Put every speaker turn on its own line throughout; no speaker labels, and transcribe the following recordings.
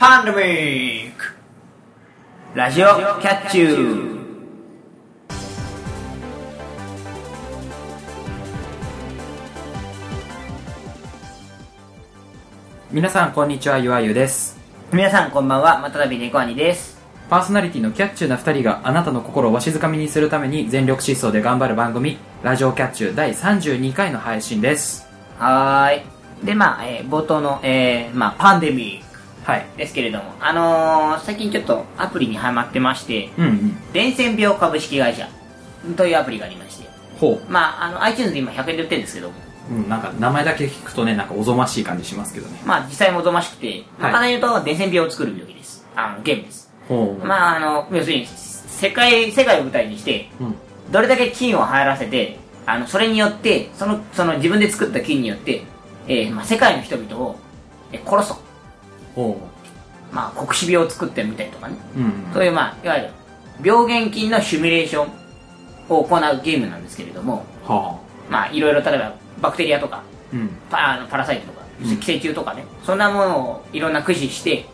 パンデミックラジオキャッチュー
皆さんこんにちはゆあゆです
皆さんこんばんは、またたびネコアニです。
パーソナリティのキャッチューな2人があなたの心をわしづかみにするために全力疾走で頑張る番組「ラジオキャッチュー」第32回の配信です
はーい。で、まあ、えー冒頭の、えーまあ、パンデミック
はい
ですけれども、あのー最近ちょっとアプリにハマってまして、
うんうん
伝染病株式会社というアプリがありまして、
ほ
まあ、あの、iTunes で今100円で売ってるんですけども、
う、うん、なんか名前だけ聞くとねなんかおぞましい感じしますけどね
まあ、実際もおぞましくて、まあ
は
簡
い
単に言うと、伝染病を作る病気です。あの、ゲームです。
ほう
まあ、あの、要するに、世界、世界を舞台にして、
うん
どれだけ菌を流行らせてあのそれによってそのその自分で作った菌によって、えーまあ、世界の人々を、えー殺そう、
ほ
まあ、黒死病を作ってみたりとかね
ううん
そういう、まあ、いわゆる病原菌のシミュレーションを行うゲームなんですけれども、
は
まあ、いろいろ例えばバクテリアとか
あうん
パあのパラサイトとか
うん
寄生虫とかね、そんなものをいろんな駆使して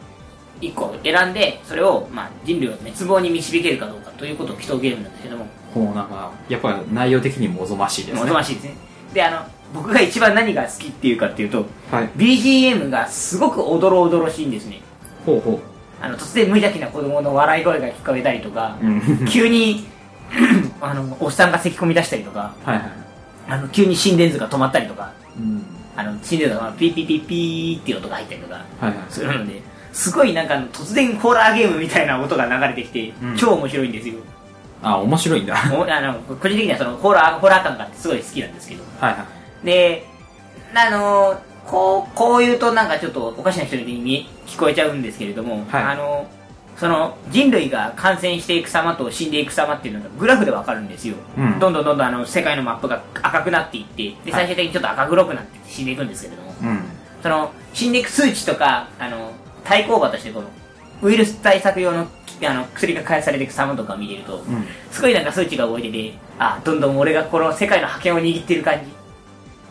1個選んでそれを、まあ、人類を滅亡に導けるかどうかということを競うゲームなんですけども
ほうなんかやっぱり内容的にもおぞましいですね
もうおぞましいですねであの僕が一番何が好きっていうかっていうと
はい
BGM がすごくおどろおどろしいんですね
ほうほ
あの突然無邪気な子供の笑い声が聞こえたりとか
う、うん
急に あのおっさんが咳き込み出したりとか
はいはい
あの急に心電図が止まったりとか
うん
あの心電図がピーピーピーピーっていう音が入ったりとか
はいはい
するのですごいなんか突然ホラーゲームみたいな音が流れてきて、
うん
超面白いんですよ
あ面白いんだは
もうあの個人的にはそのホラーホラー感があってすごい好きなんですけど
いはい
で、あのーこう、こう言うとなんかちょっとおかしな人に見聞こえちゃうんですけれども、
はい
あのその人類が感染していく様と死んでいく様っていうのがグラフでわかるんですよ、
うん
どんどんどんどんあの世界のマップが赤くなっていってで
は
最
い
終的にちょっと赤黒くなって死んでいくんですけれども、
うん
その死んでいく数値とかあの対抗馬としてこのウイルス対策用のあの薬が開発されていく様とかを見てると、
うん
すごいなんか数値が動いてて、あ、どんどん俺がこの世界の覇権を握ってる感じ。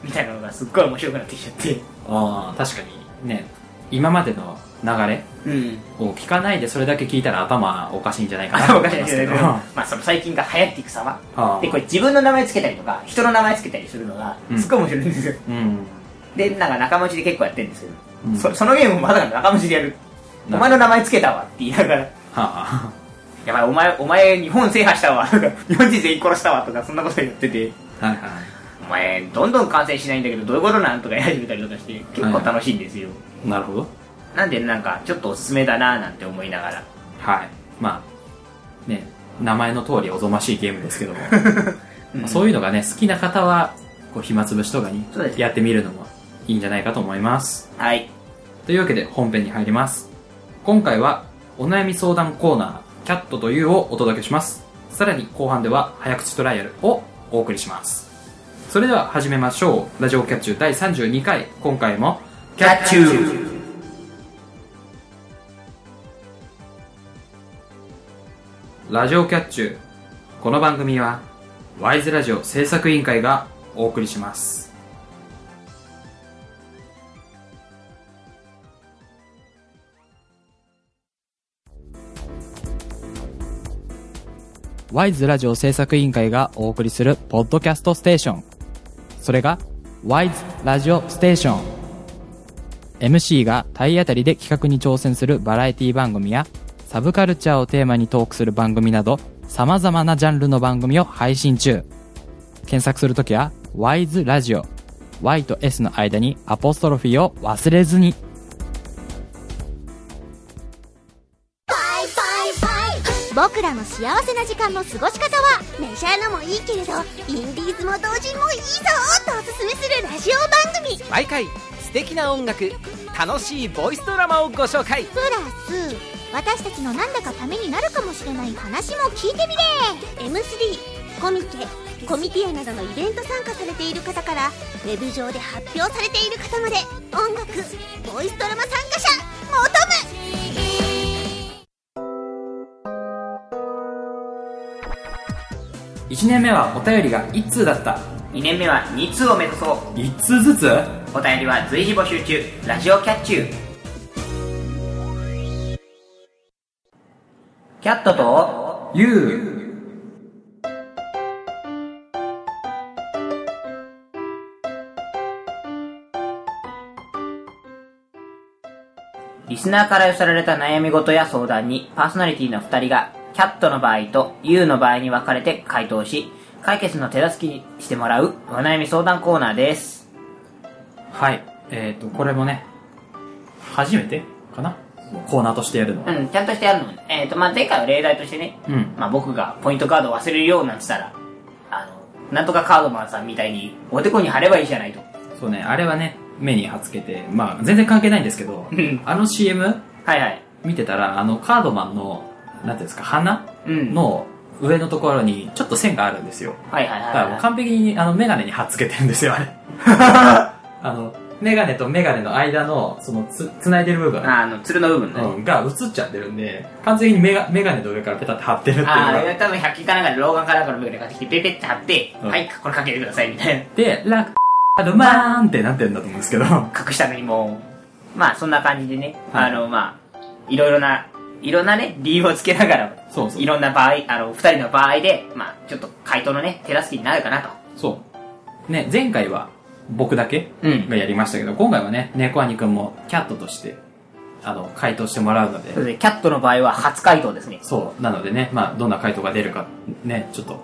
みたいなのがすっごい面白くなってきちゃって。
ああ確かにね今までの流れ
うん。
を聞かないでそれだけ聞いたら頭おかしいんじゃないかな
頭 お
と思
かしい
い
で
ますす
け
け
ど、
ど
まあその最近が流行っていく様。
あー
で、これ自分の名前つけたりとか、人の名前つけたりするのが、
うん
すっごい面白いんですよ。
うん
で、なんか仲間内で結構やってるんですけど、
うん
そそのゲームもまだ仲間内でやる。お
な
前の名前つけたわって言いながら、
はあ
やばい、お前、お前日本制覇したわとか、日本人全員殺したわとか、そんなことやってて。
はいは
お前、どんどん感染しないんだけど、どういうことなんとかやり始めたりとかして、結構楽しいんですよ。
いなるほど
なんでなんかちょっとおすすめだなぁなんて思いながら
はいまあね名前の通りおぞましいゲームですけども、
うん
そういうのがね好きな方はこう暇つぶしとかに
そうです
やってみるのもいいんじゃないかと思います
はい
というわけで本編に入ります今回はお悩み相談コーナー「キャットと U」をお届けしますさらに後半では「早口トライアル」をお送りしますそれでは始めましょうラジオキャッチュー第32回今回もキャッチューラジオキャッチューこの番組はワイズラジオ制作委員会がお送りしますワイズラジオ制作委員会がお送りするポッドキャストステーション。それが、ワイズラジオステーション。MC が体当たりで企画に挑戦するバラエティ番組や、サブカルチャーをテーマにトークする番組など、様々なジャンルの番組を配信中。検索するときは、ワイズラジオ。Y と S の間にアポストロフィーを忘れずに。
僕らの幸せな時間の過ごし方はメジャーのもいいけれどインディーズも同人もいいぞとおすすめするラジオ番組プ
毎回素敵な音楽楽しいボイスドラマをご紹介
ラス私たちのなんだかためになるかもしれない話も聞いてみれ M3 コミケコミティアなどのイベント参加されている方からウェブ上で発表されている方まで音楽ボイスドラマ参加者求む
1年目はお便りが1通だった。
2年目は2通を目指そう
1通ずつ
お便りは随時募集中ラジオキャッチューキャットと
U
リスナーから寄せられた悩み事や相談にパーソナリティの2人がキャットの場合と U の場合に分かれて回答し解決の手助けにしてもらうお悩み相談コーナーです
はい。えっ、と、これもね、初めてかなコーナーとしてやるの
う
は。
んちゃんとしてやるのえっ、とまあ前回は例題としてね、
うん
まあ、僕がポイントカードを忘れるようなんて言ったらあのなんとかカードマンさんみたいにおでこに貼ればいいじゃないと
そうね、あれはね、目に貼っつけて、まあ、全然関係ないんですけど
うん、
あの CM
はいはい
見てたら、あの、カードマンの、なんていうんですか、鼻
うん
の上のところに、ちょっと線があるんですよ。
はいはい
だ
はい
か
は
ら
い、
もう完璧に、あの、メガネに貼っつけてるんですよ、あれ。あの、メガネとメガネの間の、その、つ、繋いでる部分。
ああの、鶴の部分ね。
うんが映っちゃってるんで、完全にメガメガネの上からペタって貼ってるっていうの
ああ、
が。
多分100均かなんかで老眼かなんかの部分で買ってきて、ペペって貼って、
うん
はい、これかけてくださいみたいな。
で、ラクアドマーンってなってるんだと思うんですけど。
隠したのにもう、まあそんな感じでね、
はい
あの、まあ、いろいろな、いろんなね、理由をつけながら、
そうそう
いろんな場合、あの、二人の場合で、まあ、ちょっと回答のね、手助けになるかなと。
そう。ね、前回は僕だけ
うん
がやりましたけど、今回はね、猫兄くんもキャットとして、あの、回答してもらうので、
それで、キャットの場合は初回答ですね。
そう。なのでね、まあ、どんな回答が出るか、ね、ちょっと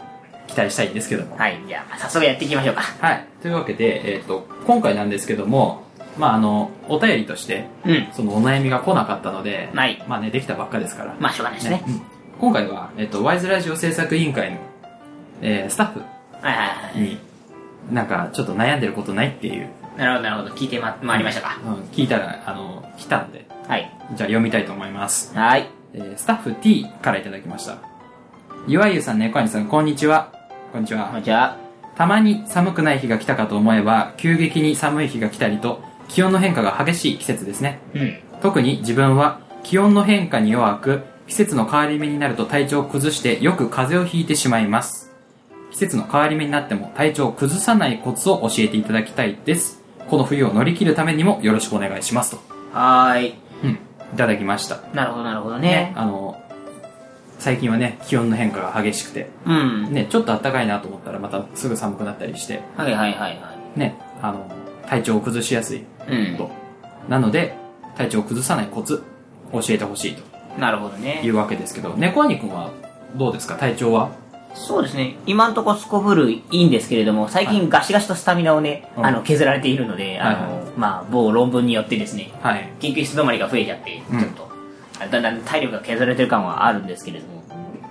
期待したいんですけども。
はい、じゃあ、早速やっていきましょうか。
はい。というわけで、えっ、と、今回なんですけども、まあ、あの、お便りとして、
うん。
そのお悩みが来なかったので、
はい
まあね、できたばっかですから。
まあ、しょうがないですね。
うん今回は、えっ、と、ワイズラジオ制作委員会の、えースタッフ
はいはいはい。
に、なんか、ちょっと悩んでることないっていう、
なるほど、なるほど。聞いてま、回りましたか。
うん聞いたら、あの、来たんで、
はい。
じゃあ読みたいと思います。
はい。
えースタッフ T からいただきました。ゆわゆさん、猫兄さん、こんにちは。こんにちは。
じゃあ、
たまに寒くない日が来たかと思えば、急激に寒い日が来たりと、気温の変化が激しい季節ですね。
うん。
特に自分は気温の変化に弱く季節の変わり目になると体調を崩してよく風邪をひいてしまいます季節の変わり目になっても体調を崩さないコツを教えていただきたいですこの冬を乗り切るためにもよろしくお願いしますと、
はーい。
うん、いただきました
なるほど、なるほどね。
あの最近はね気温の変化が激しくて
うん。
ねちょっと暖かいなと思ったらまたすぐ寒くなったりして
はいはいはいは
ねあの体調を崩しやすい
い。うん。
となので体調を崩さないコツ教えてほしいと
なるほど
い
ね。
うわけですけど、猫兄くんはどうですか体調は
そうですね。今んとこすこぶるいいんですけれども、最近ガシガシとスタミナをね、
うん
あの、削られているので、あ
はい
の、まあ、某論文によってですね、
はい。
研究室止まりが増えちゃって、
うん
ちょっと、あだんだん体力が削られてる感はあるんですけれども、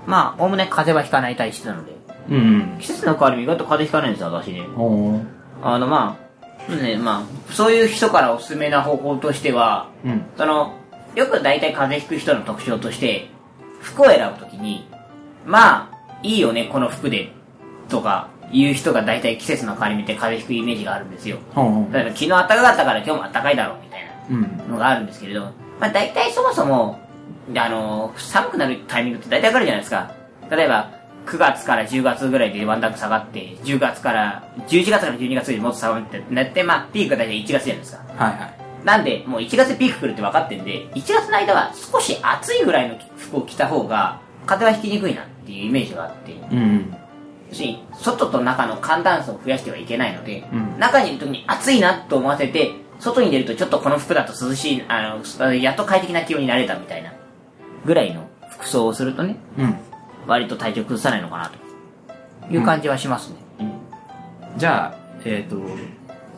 まあ、おおむね風邪はひかない体質なので、
うん。
季節の変わり目意外と風邪ひかないんですよ、私ね。
お
あの、まあ、そうですね、まあ、そういう人からおすすめな方法としては、
うん。
その、よく大体風邪ひく人の特徴として、服を選ぶときに、まあ、いいよね、この服で、とか、言う人が大体季節の変わり目で風邪ひくイメージがあるんですよ。
ほう
例えば、昨日暖かかったから今日も暖かいだろう、みたいな
うん。
のがあるんですけれど、まあ大体そもそも、あの、寒くなるタイミングって大体来るじゃないですか。例えば、9月から10月ぐらいでワンダンク下がって、10月から、11月から12月でもっと下がってなって、まあ、ピークが大体1月じゃないですか。
はいはい。
なんで、もう1月ピーク来るって分かってんで、1月の間は少し暑いぐらいの服を着た方が、風邪はひきにくいなっていうイメージがあって、
うん。
要するに、外と中の寒暖差を増やしてはいけないので、
うん
中にいる時に暑いなと思わせて、外に出るとちょっとこの服だと涼しい、あの、やっと快適な気温になれたみたいな、ぐらいの服装をするとね、
うん。
割と体調崩さないのかなと、いう感じはしますね。
じゃあ、えっ、と、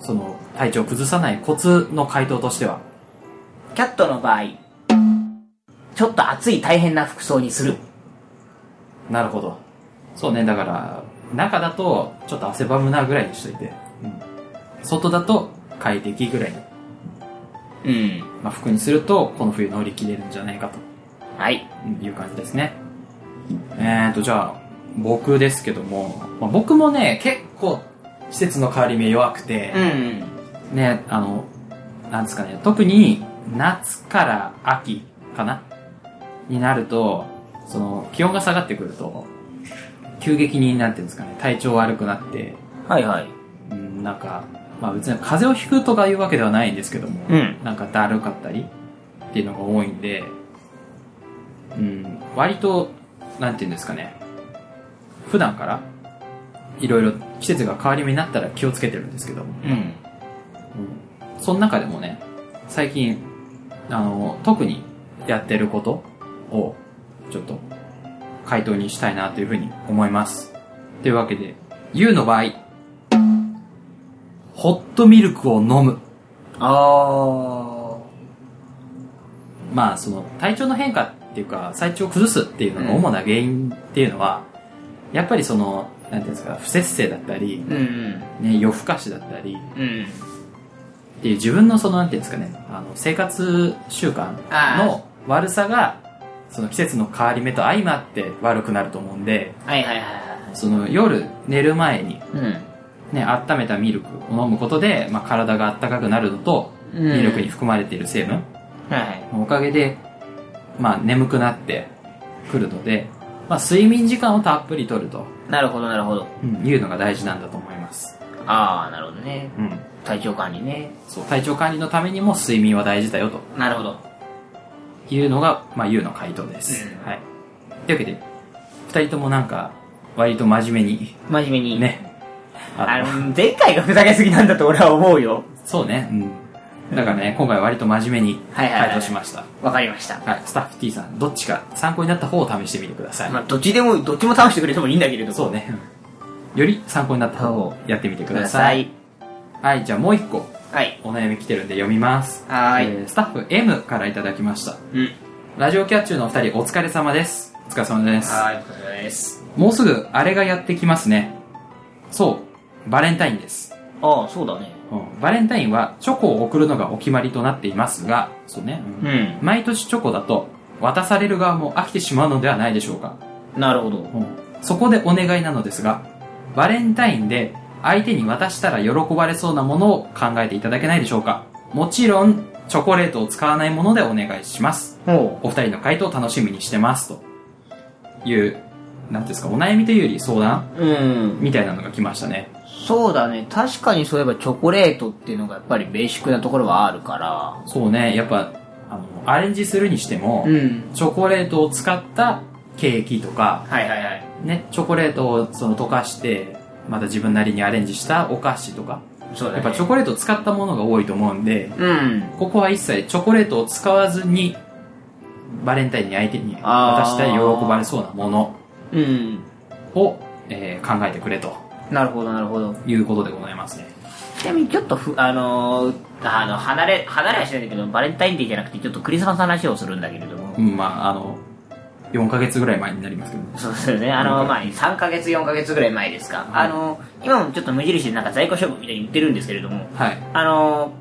その、体調を崩さないコツの回答としては、
キャットの場合、ちょっと暑い大変な服装にする。
なるほど。そうね、だから、中だと、ちょっと汗ばむなぐらいにしといて、外だと、快適ぐらいの、
うん。
まあ、服にすると、この冬乗り切れるんじゃないかと。
はい。
いう感じですね。えーと、じゃあ、僕ですけども、まあ、僕もね、結構、季節の変わり目弱くて
う、ん。
ね、あの、なんですかね、特に夏から秋かなになると、その、気温が下がってくると、急激になんていうんですかね、体調悪くなって、
はいはい。
うん、なんか、まあ別に風邪をひくとかいうわけではないんですけども、
うん
なんかだるかったりっていうのが多いんで、うん、割と、なんて言うんですかね、普段から、いろいろ季節が変わり目になったら気をつけてるんですけど、
うん。
その中でもね、最近、あの、特にやってることを、ちょっと、回答にしたいなというふうに思います。というわけで、ゆうの場合、ホットミルクを飲む。
あ
まあ、その、体調の変化っていうか、体調を崩すっていうのが主な原因っていうのは、やっぱりその、なんていうんですか、不節制だったり
ー。、うん
ね、夜更かしだったり、
うん。うん。
っていう自分のそのなんていうんですかねあの生活習慣
あ
の悪さがその季節の変わり目と相まって悪くなると思うんで
はいはいはいは
その夜寝る前に
い。うん。
ね温めたミルクを飲むことで、まあ、体が温かくなるのと
うん
ミルクに含まれている成分
はい。
のおかげで、まあ、眠くなってくるので、まあ、睡眠時間をたっぷりとると
なるほどなるほど。
いうのが大事なんだと思います、
ああ、なるほどね。
うん、
体調管理ね。
そう体調管理のためにも睡眠は大事だよと
なるほど。
いうのが、まあ、ゆうの回答です。
うん
はい。というわけで、二人ともなんか、割と真面目に、
真面目に。。
ね。
あ
あの
の、前回がふざけすぎなんだと俺は思うよ。
そうね。うん。だからね、今回割と真面目に
はいはいはい
回答しました。
わかりました。
はい。スタッフ T さん、どっちか参考になった方を試してみてください。
まあ、どっちでも、どっちも試してくれてもいいんだけれども。
そうね。うんより参考になった方をやってみてく
くだ
ださ
さ
い。
い。
はい、じゃあもう一個、
はい。
お悩み来てるんで読みます。
はーい
えースタッフ M からいただきました。
うん。
ラジオキャッチューのお二人、お疲れ様です。お疲れ様です。
はい、お疲れ様です。
もうすぐあれがやってきますね。そう、バレンタインです。
ああ、そうだね。
うんバレンタインはチョコを贈るのがお決まりとなっていますが、そうね。うん
う
毎年チョコだと、渡される側も飽きてしまうのではないでしょうか。
ん。なるほど。
うんそこでお願いなのですが、バレンタインで相手に渡したら喜ばれそうなものを考えていただけないでしょうか。もちろん、チョコレートを使わないものでお願いします。
ほ
お二人の回答を楽しみにしてますという、なんていうんですか、お悩みというより相談
う。うん。
みたいなのが来ましたね。
そうだね。確かにそういえばチョコレートっていうのがやっぱりベーシックなところはあるから。
そうね、やっぱ、あの、アレンジするにしても、
ん。
チョコレートを使ったケーキとか、
はいはいはい。
ね、チョコレートをその溶かして、また自分なりにアレンジしたお菓子とか、
そうだ
や
ね。
っぱチョコレートを使ったものが多いと思うんで、
うん。
ここは一切チョコレートを使わずに、バレンタインに相手に渡したい喜ばれそうなもの
うん。
を、えー考えてくれと
なるほどなるほど。
いうことでございますね。
ちなみにちょっとふ、あのーあの、離れ、離れはしないんだけど、バレンタインデーじゃなくて、ちょっとクリスマスの話をするんだけれども。
うん、まあ、あの、4ヶ月ぐらい前になりますけど、
そうですね。あの、まあ、3ヶ月、4ヶ月ぐらい前ですか。あの、今もちょっと無印でなんか在庫処分みたいに売ってるんですけれども、
はい。
あの、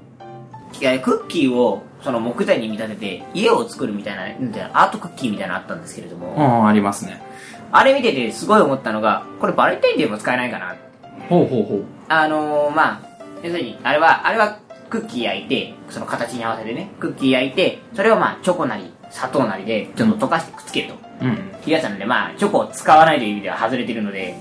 いやクッキーをその木材に見立てて家を作るみたいな、なんていうのアートクッキーみたいなのあったんですけれど
う
も、
ん、ありますね。
あれ見ててすごい思ったのが、これバレンタインデーも使えないかな。
ほうほうほう。
あのまあ、要するに、あれは、あれはクッキー焼いて、その形に合わせてね、クッキー焼いて、それをまあ、チョコなり、砂糖なりで、ちょっと溶かしてくっつけると。
うん。
いうやつなので、まあ、チョコを使わないという意味では外れてるので、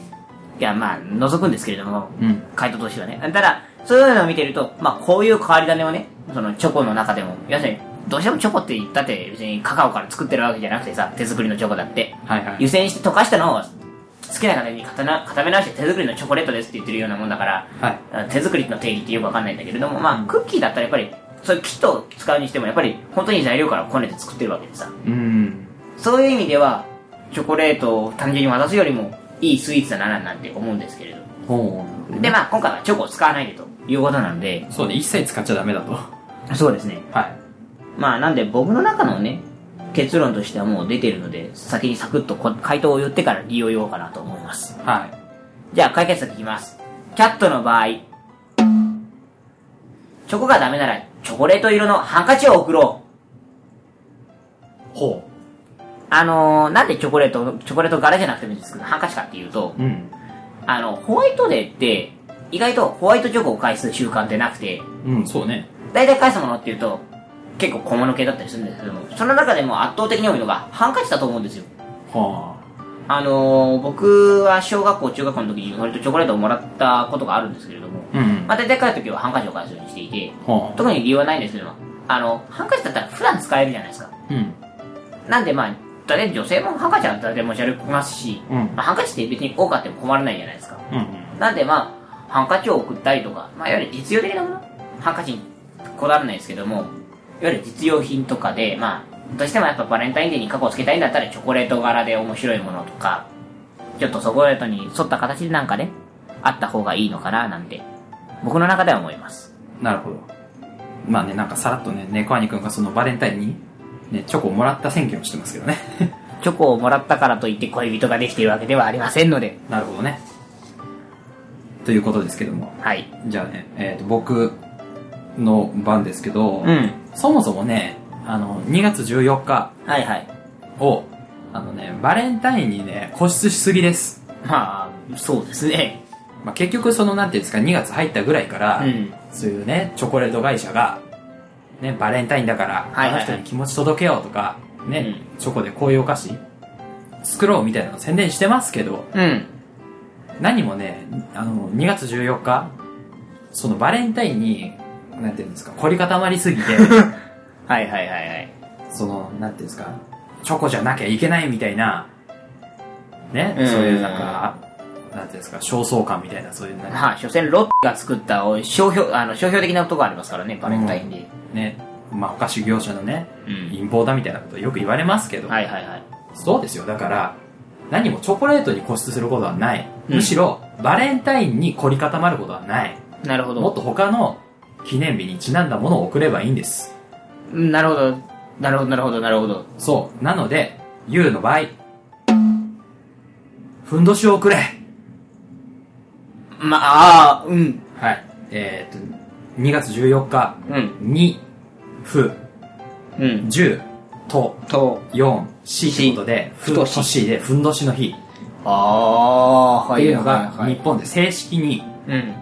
いや、まあ、覗くんですけれども、
うん。
回答としてはね。ただ、そういうのを見てると、まあ、こういう変わり種をね、そのチョコの中でも、要するに、どうしてもチョコって言ったって、別にカカオから作ってるわけじゃなくてさ、手作りのチョコだって、
はいはい
湯。煎して溶かしたのを、好きな形に固な固め直して手作りのチョコレートですって言ってるようなもんだから、
はい。
手作りの定義ってよくわかんないんだけれども、まあ、クッキーだったらやっぱり、そういうキットを使うにしても、やっぱり本当に材料からこねて作ってるわけでさ。
うん。
そういう意味では、チョコレートを単純に渡すよりも、いいスイーツだななんて思うんですけれど。
ほう。
で、まあ、今回はチョコを使わないでということなんで、
そうね、一切使っちゃダメだと。は
そうですね。
い。
まあ、なんで僕の中のね、結論としてはもう出てるので、先にサクッとこ回答を言ってから理由を言おうかなと思います。
は
じゃあ解決策いきます。キャットの場合、チョコがダメならチョコレート色のハンカチを送ろう。
い。ほ
あのー、なんでチョコレート、チョコレート柄じゃなくてもいいんですけど、ハンカチかっていうと
う。、うん。
あの、ホワイトデーって、意外とホワイトチョコを返す習慣ってなくて、
うん、そうね。
大体返すものっていうと、結構小物系だったりするんですけども、その中でも圧倒的に多いのがハンカチだと思うんですよ。
は
あのー、僕は小学校、中学校の時に割とチョコレートをもらったことがあるんですけれども、
あ。うん。
まあ、大体帰る時はハンカチを返すようにしていて、
は
特に理由はないんですけども、あの、ハンカチだったら普段使えるじゃないですか。
あ。うん。
なんでまあ、だって女性もハンカチは誰でも持ち歩きますし、
うん
まあ、ハンカチって別に多くあっても困らないじゃないですか。
うんうん
なんでまあ、ハンカチを送ったりとか、まあ、いわゆる実用的なものハンカチにこだわらないですけども、いわゆる実用品とかで、まあ、どうしてもやっぱバレンタインデーに過去をつけたいんだったらチョコレート柄で面白いものとか、ちょっとチョコレートに沿った形でなんかね、あった方がいいのかななんて、僕の中では思います。
なるほどまあねなんかさらっとね猫兄くんがそのバレンタインに、ね、チョコをもらった宣言をしてますけどね
チョコをもらったからといって恋人ができているわけではありませんので、
なるほどねということですけども
はい。
じゃあね、えー、と僕の番ですけど、
うん。
そもそもねあの2月14日
はいはい。
をあのねバレンタインにね固執しすぎです、
まあ、そうですね。
まあ、結局そのなんていうんですか2月入ったぐらいから、
うん。
そういうねチョコレート会社が、ね、バレンタインだから、
はいはいはい
あの人に気持ち届けようとかね、
う
チョコでこういうお菓子作ろうみたいなの宣伝してますけど
うん。
何もねあの2月14日そのバレンタインになんていうんですか凝り固まりすぎて
はいはいはいはい。
そのなんていうんですかチョコじゃなきゃいけないみたいなね、
うん
そういうなんかなんていうんですか焦燥感みたいなそういうなんか
まあ、所詮ロッテが作った商標、あの、商標的なとこありますからね、バレンタインで。
ねまあお菓子業者のね
うん。
陰謀だみたいなことよく言われますけど、
はいはいはい。
そうですよだから何もチョコレートに固執することはない、
うん
むしろバレンタインに凝り固まることはない
なるほ
もっ
ど。
と他の記念日にちなんだものを送ればいいんです
うんなるほど。なるほど、なるほど、なるほど。
そうなので YOU の場合ふんどしを送れ
まあ、あーうん。
はいえー、っと2月14日
うん。
にふ
うん。
10と
と、
4しってことで
し
ふとしでふんどしの日
ああー、
っ
は
て
い
いうのが
はいは
日
い。
本で正式に
うん。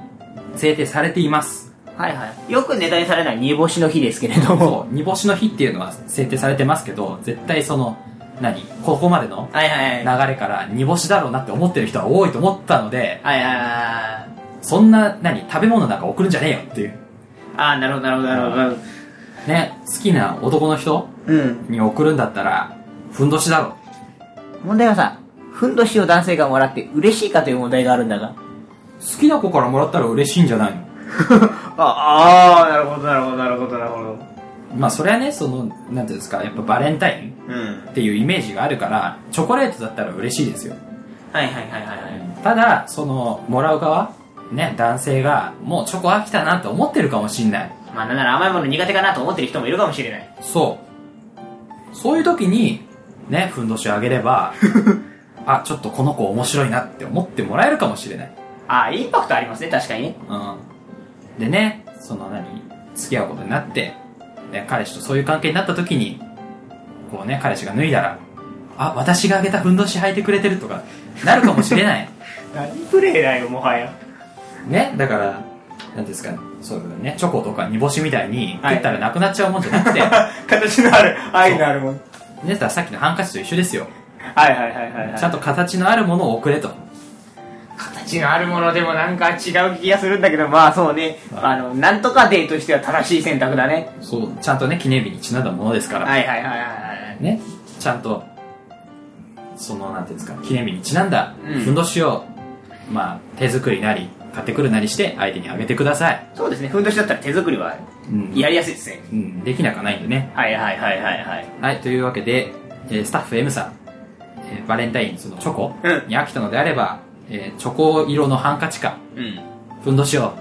制定されています
はいはい。よくネタにされない煮干しの日ですけれども。
そう煮干しの日っていうのは制定されてますけど絶対その何ここまでの
はいはい
流
はい。
れから煮干しだろうなって思ってる人は多いと思ったので
はいはいはい。
そんな何食べ物なんか送るんじゃねえよっていう
ああ、なるほど、なるほど、なるほどなるほ
ね好きな男の人
ど。うん。
に送るんだったらふんどしだろ
問題はさ、ふんどしを男性がもらって嬉しいかという問題があるんだが。
好きな子からもらったら嬉しいんじゃないの
ああー、なるほど、なるほど、なるほど、なるほど。
まあそれはねそのなんていうんですかやっぱバレンタイン
うん。
っていうイメージがあるからチョコレートだったら嬉しいですよ
はいはいはいはいはい。
ただそのもらう側ね男性がもうチョコ飽きたなって思ってるかもしんない
まあなんなら甘いもの苦手かなと思ってる人もいるかもしれない。
そう。そういう時に、ね、ふんどしをあげれば、あ、ちょっとこの子面白いなって思ってもらえるかもしれない。
ああ、インパクトありますね、確かにね。
うん。でね、その何、付き合うことになって、ね、彼氏とそういう関係になった時に、こうね、彼氏が脱いだら、あ、私があげたふんどし履いてくれてるとか、なるかもしれ ない。
何プレイだよ、もはや。
ね、だから、なんですかね、そういうね、チョコとか煮干しみたいに、
はい
食ったらなくなっちゃうもんじゃ なくて、ね、
形のある、愛
の
あるもん。
だからさっきのハンカチと一緒ですよ。
はいはいはいはい、
ちゃんと形のあるものを送れと。
形のあるものでもなんか違う気がするんだけど、まあそうね。あの、なんとかデーとしては正しい選択だね。
そう、ちゃんとね、記念日にちなんだものですから、
はいはいはいはい。
ね、ちゃんと、その、なんていうんですか、記念日にちなんだ、
うん
ふんどしを、まあ、手作りなり、買ってくるなりして、相手にあげてください。
そうですね、ふんどしだったら手作りは
うん
やりやすいですね。
うん、できなくはないんでね。
はいはいはいはいはい。
はい、というわけで、えースタッフ M さん、えーバレンタイン、その、チョコ
うん
に飽きたのであれば、えーチョコ色のハンカチか、
うん。
ふんどしを、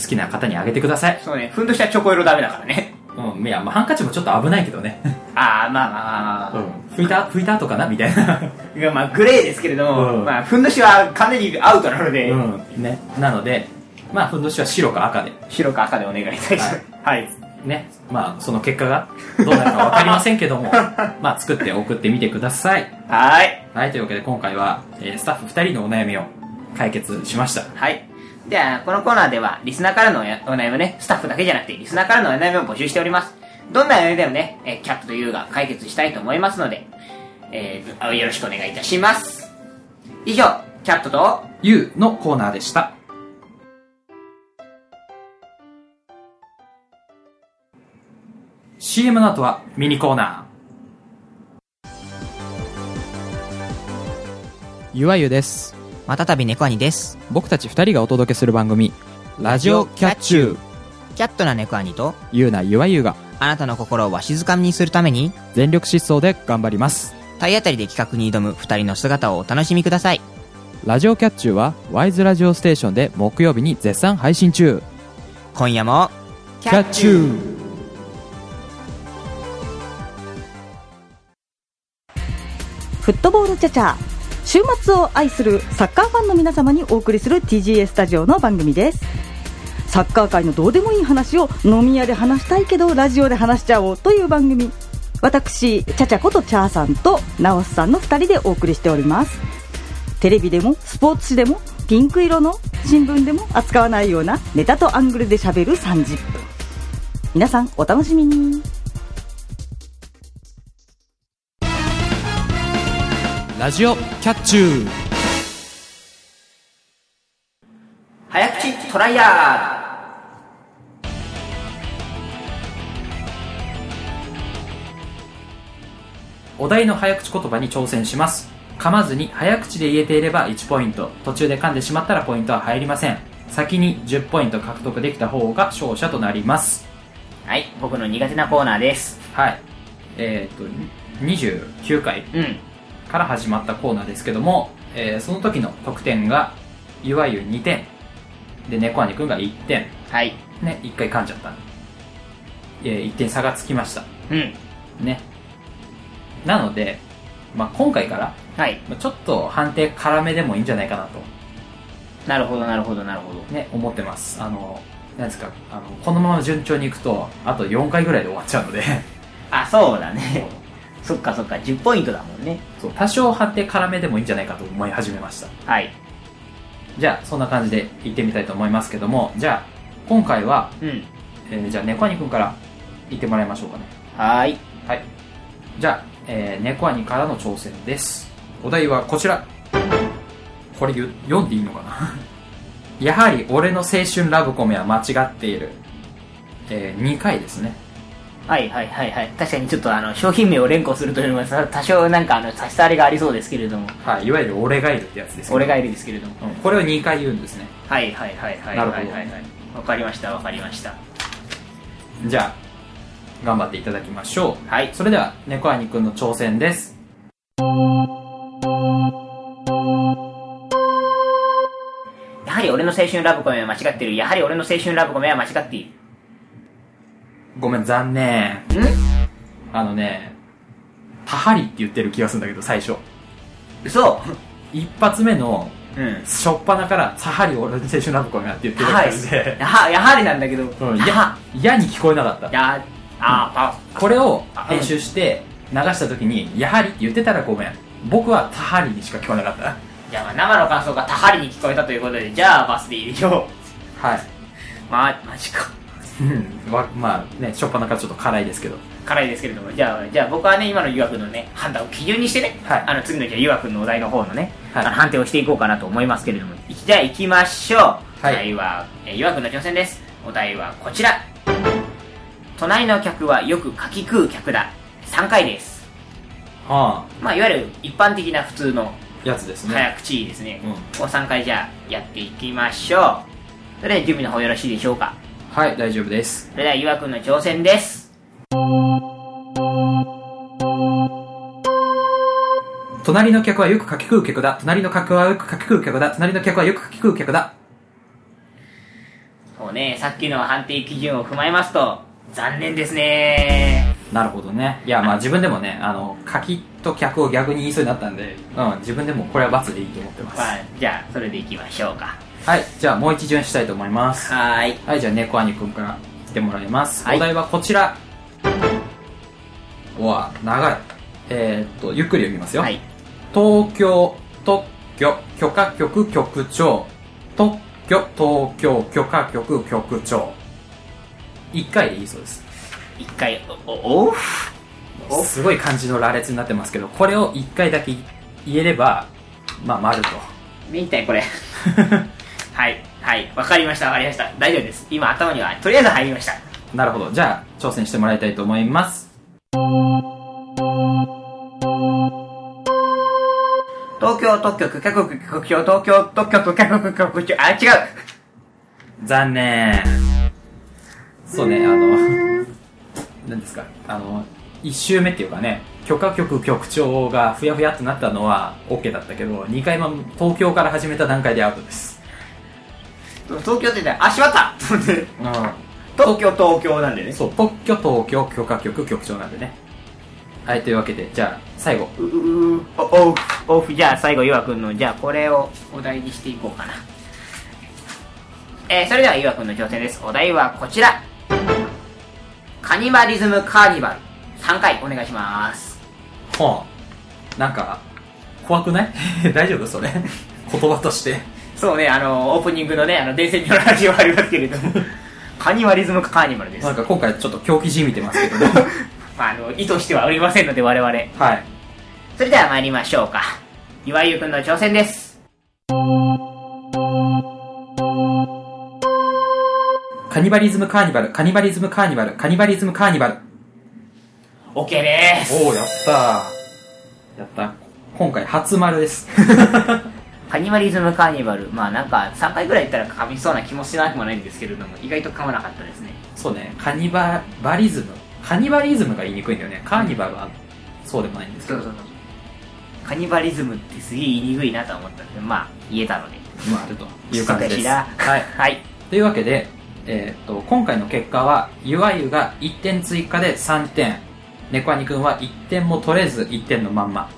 好きな方にあげてください。
そうね、ふんどしはチョコ色ダメだから ね。
うん、いや、まあ、ハンカチもちょっと危ないけどね。
ああ、まあまあまあまあ。
拭いた、拭いた後かなみたいな。
いやまあグレーですけれども、
うん
まあふんどしは完全にアウトなので、
うん、ね、なので、まあ、ふんどしは白か赤で、
白か赤でお願いいたします。はい。
ね、まあ、その結果がどうなるかわかりませんけども、まあ、作って送ってみてください。
はい。
はい、というわけで今回は、えースタッフ2人のお悩みを解決しました。
はい。では、このコーナーでは、リスナーからのおやお悩みをね、スタッフだけじゃなくて、リスナーからのお悩みを募集しております。どんな悩みでもね、えーキャットとユーが解決したいと思いますので、えーよろしくお願いいたします。以上、キャットと、
ゆうのコーナーでした。CM の後はミニコーナー。
ゆわゆです
またたび猫兄です。
僕たち2人がお届けする番組「ラジオキャッチュー
キャットな猫兄と、」
ゆうなゆわゆが
あなたの心をわしづかみにするために、
全力疾走で頑張ります
体当たりで企画に挑む二人の姿をお楽しみください。
ラジオキャッチューはワイズラジオステーションで木曜日に絶賛配信中
今夜も、
キャッチュー
フットボールチャチャ週末を愛するサッカーファンの皆様にお送りする TGA スタジオの番組ですサッカー界のどうでもいい話を飲み屋で話したいけどラジオで話しちゃおうという番組私チャチャことチャーさんとナオスさんの2人でお送りしておりますテレビでもスポーツ紙でもピンク色の新聞でも扱わないようなネタとアングルで喋る30分皆さんお楽しみに
ラジオキャッチュー
早口トライア
お題の早口言葉に挑戦します噛まずに早口で言えていれば1ポイント途中で噛んでしまったらポイントは入りません先に10ポイント獲得できた方が勝者となります
ーはい僕の苦手なコーナーです
はいえっ、と29回
うん
から始まったコーナーですけども、えーその時の得点がいわゆる2点で猫兄くんが1点
はい
ね1回噛んじゃった、え1点差がつきました
うん
ねなので、まあ、今回から
はい
まあちょっと判定辛めでもいいんじゃないかなと、
なるほどなるほどなるほど
ね、思ってますあのなんですかあのこのまま順調にいくとあと4回ぐらいで終わっちゃうので
あそうだね そっかそっか10ポイントだもんね
そう多少判定辛めでもいいんじゃないかと思い始めました
はい
じゃあそんな感じで行ってみたいと思いますけどもじゃあ今回は、
うん
えーじゃあ猫兄くんから行ってもらいましょうかね
はーい
はいじゃあ、えー、猫兄からの挑戦ですお題はこちらこれ言う読んでいいのかな やはり俺の青春ラブコメは間違っている、え2回ですね
はいはいはいはい確かにちょっとあの商品名を連呼するというのはさ多少なんかあの差し障りがありそうですけれども
はいいわゆる俺がいるってやつですけど
俺がいるですけれども
うんこれを2回言うんですね
はいはいはいはい
な
は
る
い
ほ
は
ど
いはいわかりましたわかりました
じゃあ頑張っていただきましょう
はい
それでは猫兄くんの挑戦です
やはり俺の青春ラブコメは間違ってるやはり俺の青春ラブコメは間違ってい
ごめん残念
るん
あのねタハリって言ってる気がするんだけど最初
嘘
一発目の
うん
初っ端から「サハリ俺の青春ラブコメ」って言って
や
る
は
感
り
じで
やはやはりなんだけど、
うん
やは
嫌に聞こえなかった
やあ
これを編集して流した時に「やはり」って言ってたらごめん僕は「タハリ」にしか聞こえなかっ
あじゃあまあ生の感想がたはりに聞こえたということでじゃあバスでいいでしょ
たはいう
まあマジか
うんわまあね初っ端からちょっと辛いですけど
辛いですけれどもじゃあじゃあ僕はね今のゆわくんのね判断を基準にしてね、
はい
あの次のじゃあゆわくんのお題の方のね、
はい
あの判定をしていこうかなと思いますけれどもじゃあ行きましょう、
い
お題は、えー、ゆわくんの挑戦ですお題はこちら隣の客はよく柿食う客だ3回です
はあ
まあいわゆる一般的な普通の
やつですね
早口ですね、
うん
を3回じゃあやっていきましょうそれでは準備の方よろしいでしょうか
はい大丈夫です
それではゆわくんの挑戦です
隣の客はよくかき食う客だ隣の客はよくかき食う客だ隣の客はよくかき食う客だ
そうねさっきの判定基準を踏まえますと残念ですね
なるほどねいやまあ自分でもねあの柿と客を逆に言いそうになったんで、うん、自分でもこれは罰でいいと思ってます、
まあじゃあそれでいきましょうか
はい、じゃあもう一巡したいと思います。
はーい
はい、じゃあ猫兄くんから来てもらいます。
はい
お題はこちら。うわ、長い。えー、っと、ゆっくり読みますよ。
はい
東京、特許、許可局局長。特許、東京、許可局局長。一回でいいそうです。
一回おおおうお
すごい漢字の羅列になってますけど、これを一回だけ言えれば、まあ、丸と。
見たいこれ はいはいわかりましたわかりました大丈夫です今頭にはとりあえず入りました
なるほど。じゃあ、挑戦してもらいたいと思います。
東東京特許許可局局長、東京特許許可局局長、あ、違う
残念。そうね、あの、 何ですか、あの、一周目っていうかね、許可局局長がふやふやっとなったのは OK だったけど、2回目、東京から始めた段階でアウトです。
東京ってね、あ、しま ったと思って
う
東京、東京なんで
ん。
ね。
そう、特許東京許可局局長なんでね。はい、というわけで、じゃあ、最後。
うううお、おう、おう、じゃあ最後、ゆわくんの、じゃあこれをお題にしていこうかな。えー、それではゆわくんの挑戦です。お題はこちら。カニバリズムカーニバル。3回お願いします。
はあ、なんか、怖くない 大丈夫それ。言葉として。
そうね、あの、オープニングのね、あの、伝説のラジオありますけれども、カニバリズムカーニバルです。
なんか今回ちょっと狂気じみてますけどね。
まあ、あの、意図してはおりませんので、我々。
はい。
それでは参りましょうか。岩井ゆうくんの挑戦です。
カニバリズムカーニバル、カニバリズムカーニバル、カニバリズムカーニバル。
OK でーす。
おお、やったー。やった。今回初丸です。
カニバリズムカーニバル。まあなんか、3回ぐらい言ったら噛みそうな気もしなくもないんですけれども、意外と噛まなかったですね。
そうね、カニバ、バリズム。カニバリズムが言いにくいんだよね。カーニバルはそうでもないんですけ
そう
ど。
そうそう。カニバリズムってすげえ言いにくいなとは思ったんで、まあ、言えたので。
まあ、あるという感じです。
ひら
はい。
はい。
というわけで、えーっと、今回の結果は、ゆわゆが1点追加で3点。猫アニくんは1点も取れず1点のまんま。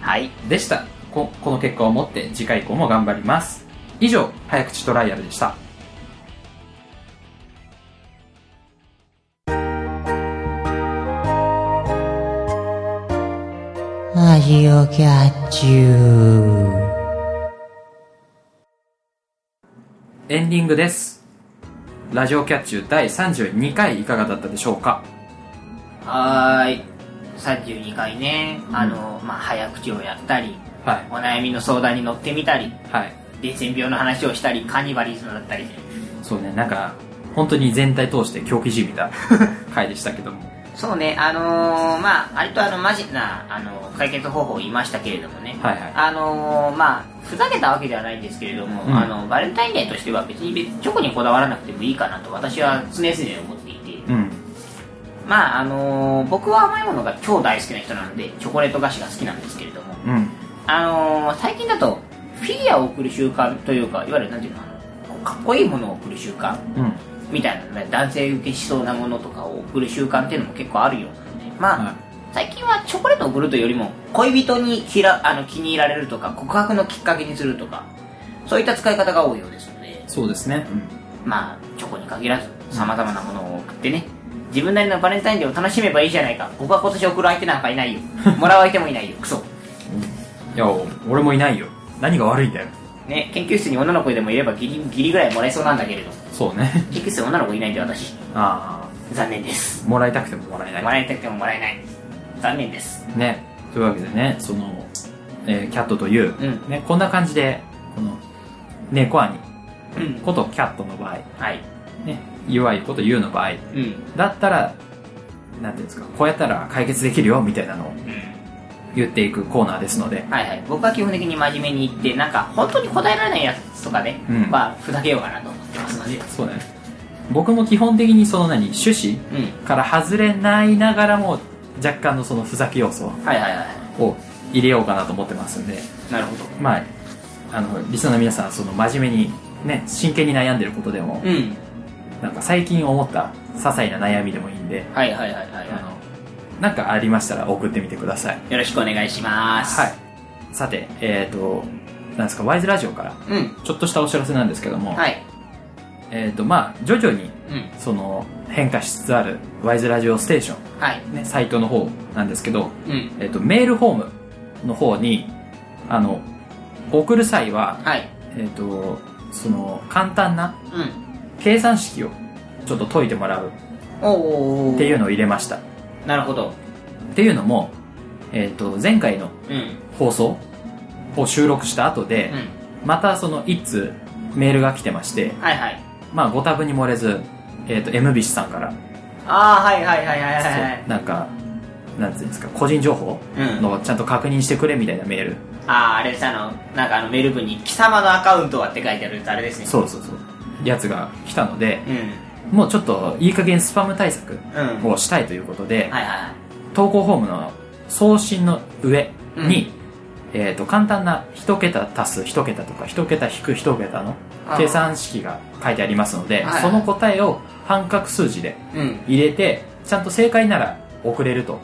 はい。
でしたここの結果をもって次回以降も頑張ります以上早口トライアルでした
ラジオキャッチュー。
エンディングですラジオキャッチュ第32回いかがだったでしょうか
はーい。32回ね、あの、まあ、早口をやったり、
はい
お悩みの相談に乗ってみたり、
はい
伝染病の話をしたり、カニバリズムだったり、
そうねなんか本当に全体通して狂気じみ た回でしたけども
そうね、あのーまあ、あれとあの、マジな、あの、解決方法を言いましたけれどもね、
はいはい
あのーまあ、ふざけたわけではないんですけれども、
うん
あの、バレンタインデーとしては別に別チョコにこだわらなくてもいいかなと私は常々思っていて、
うん
まあ、あのー僕は甘いものが超大好きな人なので、チョコレート菓子が好きなんですけれども、
うん
あのー最近だと、フィギュアを送る習慣というか、いわゆるなんていうのかな、かっこいいものを送る習慣
うん
みたいな、ね、男性受けしそうなものとかを送る習慣っていうのも結構あるようなので、まあ、
はい
最近はチョコレートを送るというよりも恋人にきらあの気に入られるとか告白のきっかけにするとかそういった使い方が多いようですので
そうですね、
まあチョコに限らず様々なものを送ってね自分なりのバレンタインデーを楽しめばいいじゃないか僕は今年送る相手なんかいないよもらう相手もいないよクソ
いや俺もいないよ何が悪いんだよ
ね研究室に女の子でもいればギリギリぐらいもらえそうなんだけれど
そうね
研究室に女の子いないんで私
あ
残念です
あもらいたくてももらえない
もらいたくてももらえない残念です
ね、というわけでね、その、えーキャットという、
うん
ね、こんな感じで、この、猫兄
うん
ことキャットの場合、
はい
ね、弱いことユウの場合、
うん
だったら、なんていうんですか、こうやったら解決できるよ、みたいなのを
うん
言っていくコーナーですので、
はいはい、僕は基本的に真面目に言ってなんか本当に答えられないやつとかね、
うん
まあふざけようかなと思ってますので
そうだね。僕も基本的にその何、趣旨
うん
から外れないながらも、若干のそのふざけ要素
はいはいは
を入れようかなと思ってますんで、
いなるほど
まあ、あの、リスナーの皆さん、その真面目に、ね、真剣に悩んでることでも、
うん
なんか最近思った些細な悩みでもいいんで、
はいはいはいはい、
あ
は
の、なんかありましたら送ってみてください。
い、よろしくお願いします
はい。さて、えっ、と、なんですか、ワイズラジオから、
うん
ちょっとしたお知らせなんですけども、
はい
えっ、と、まあ、徐々に、
うん
その、変化しつつある、ワイズラジオステーショ
はい
ン、ね、サイトの方なんですけど、
うん
えっ、と、メールフォームの方に、あの、送る際は、
はい
えっ、と、その、簡単な
うん
計算式を、ちょっと解いてもらう
おお
っていうのを入れました。
なるほど
っていうのも、えっと前回の
うん
放送を収録した後で、
う
またその一通メールが来てまして、
んはいはい
まあ、ご多分に漏れず、えっと M ビシさんから、
ああはいはいはいはいはいはい
そうなんかなんていうんですか個人情報
うん
のちゃんと確認してくれみたいなメール、
あーあれですあのなんかあのメール文に「貴様のアカウントは」って書いてあるあれですね
そうそうそうやつが来たので
うん
もうちょっといい加減スパム対策
うん
をしたいということで、
はいはい
投稿フォームの送信の上に、えー、と簡単な1桁足す1桁とか1桁引く1桁の
あー
計算式が書いてありますので
はい
その答えを半角数字で
うん
入れてちゃんと正解なら送れると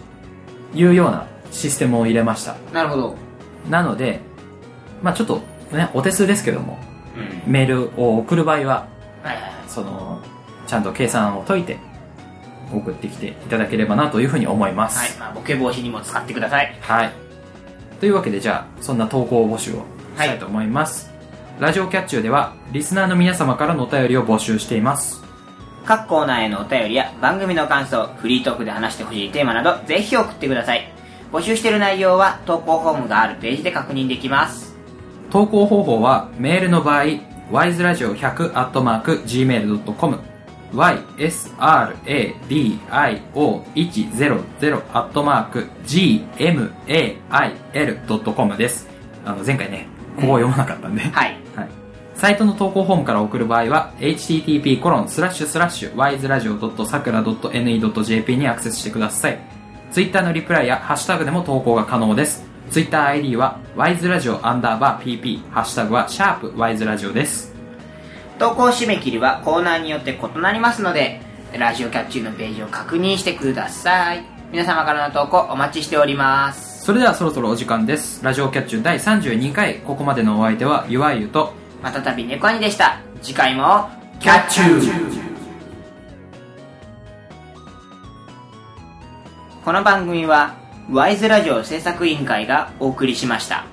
いうようなシステムを入れました
なるほど
なので、まあ、ちょっと、ね、お手数ですけども
うん
メールを送る場合は
はいはいはい
そのちゃんと計算を解いて送ってきていただければなというふうに思います、
はい、まあ、ボケ防止にも使ってください
はい。というわけでじゃあ、そんな投稿募集をしたいと思います。ラジオキャッチューでは、リスナーの皆様からのお便りを募集しています。
各コーナーへのお便りや番組の感想フリートークで話してほしいテーマなどぜひ送ってください募集している内容は投稿フォームがあるページで確認できます
投稿方法は、メールの場合、wiseradio100-gmail.com、ysradio100-gmail.com です。あの、前回ね、ここを読まなかったんで。
はい
はい、サイトの投稿フォームから送る場合は http コロンスラッシュスラッシュ wiseradio.sakura.ne.jp にアクセスしてくださいツイッターのリプライやハッシュタグでも投稿が可能ですツイッター ID は wiseradio アンダーバー pp ハッシュタグはシャープ wiseradio です
投稿締め切りはコーナーによって異なりますのでラジオキャッチューのページを確認してください皆様からの投稿お待ちしております
それではそろそろお時間ですラジオキャッチュ第32回ここまでのお相手はゆわゆと
またたび猫兄でした次回も
キャッチュー
この番組はワイズラジオ制作委員会がお送りしました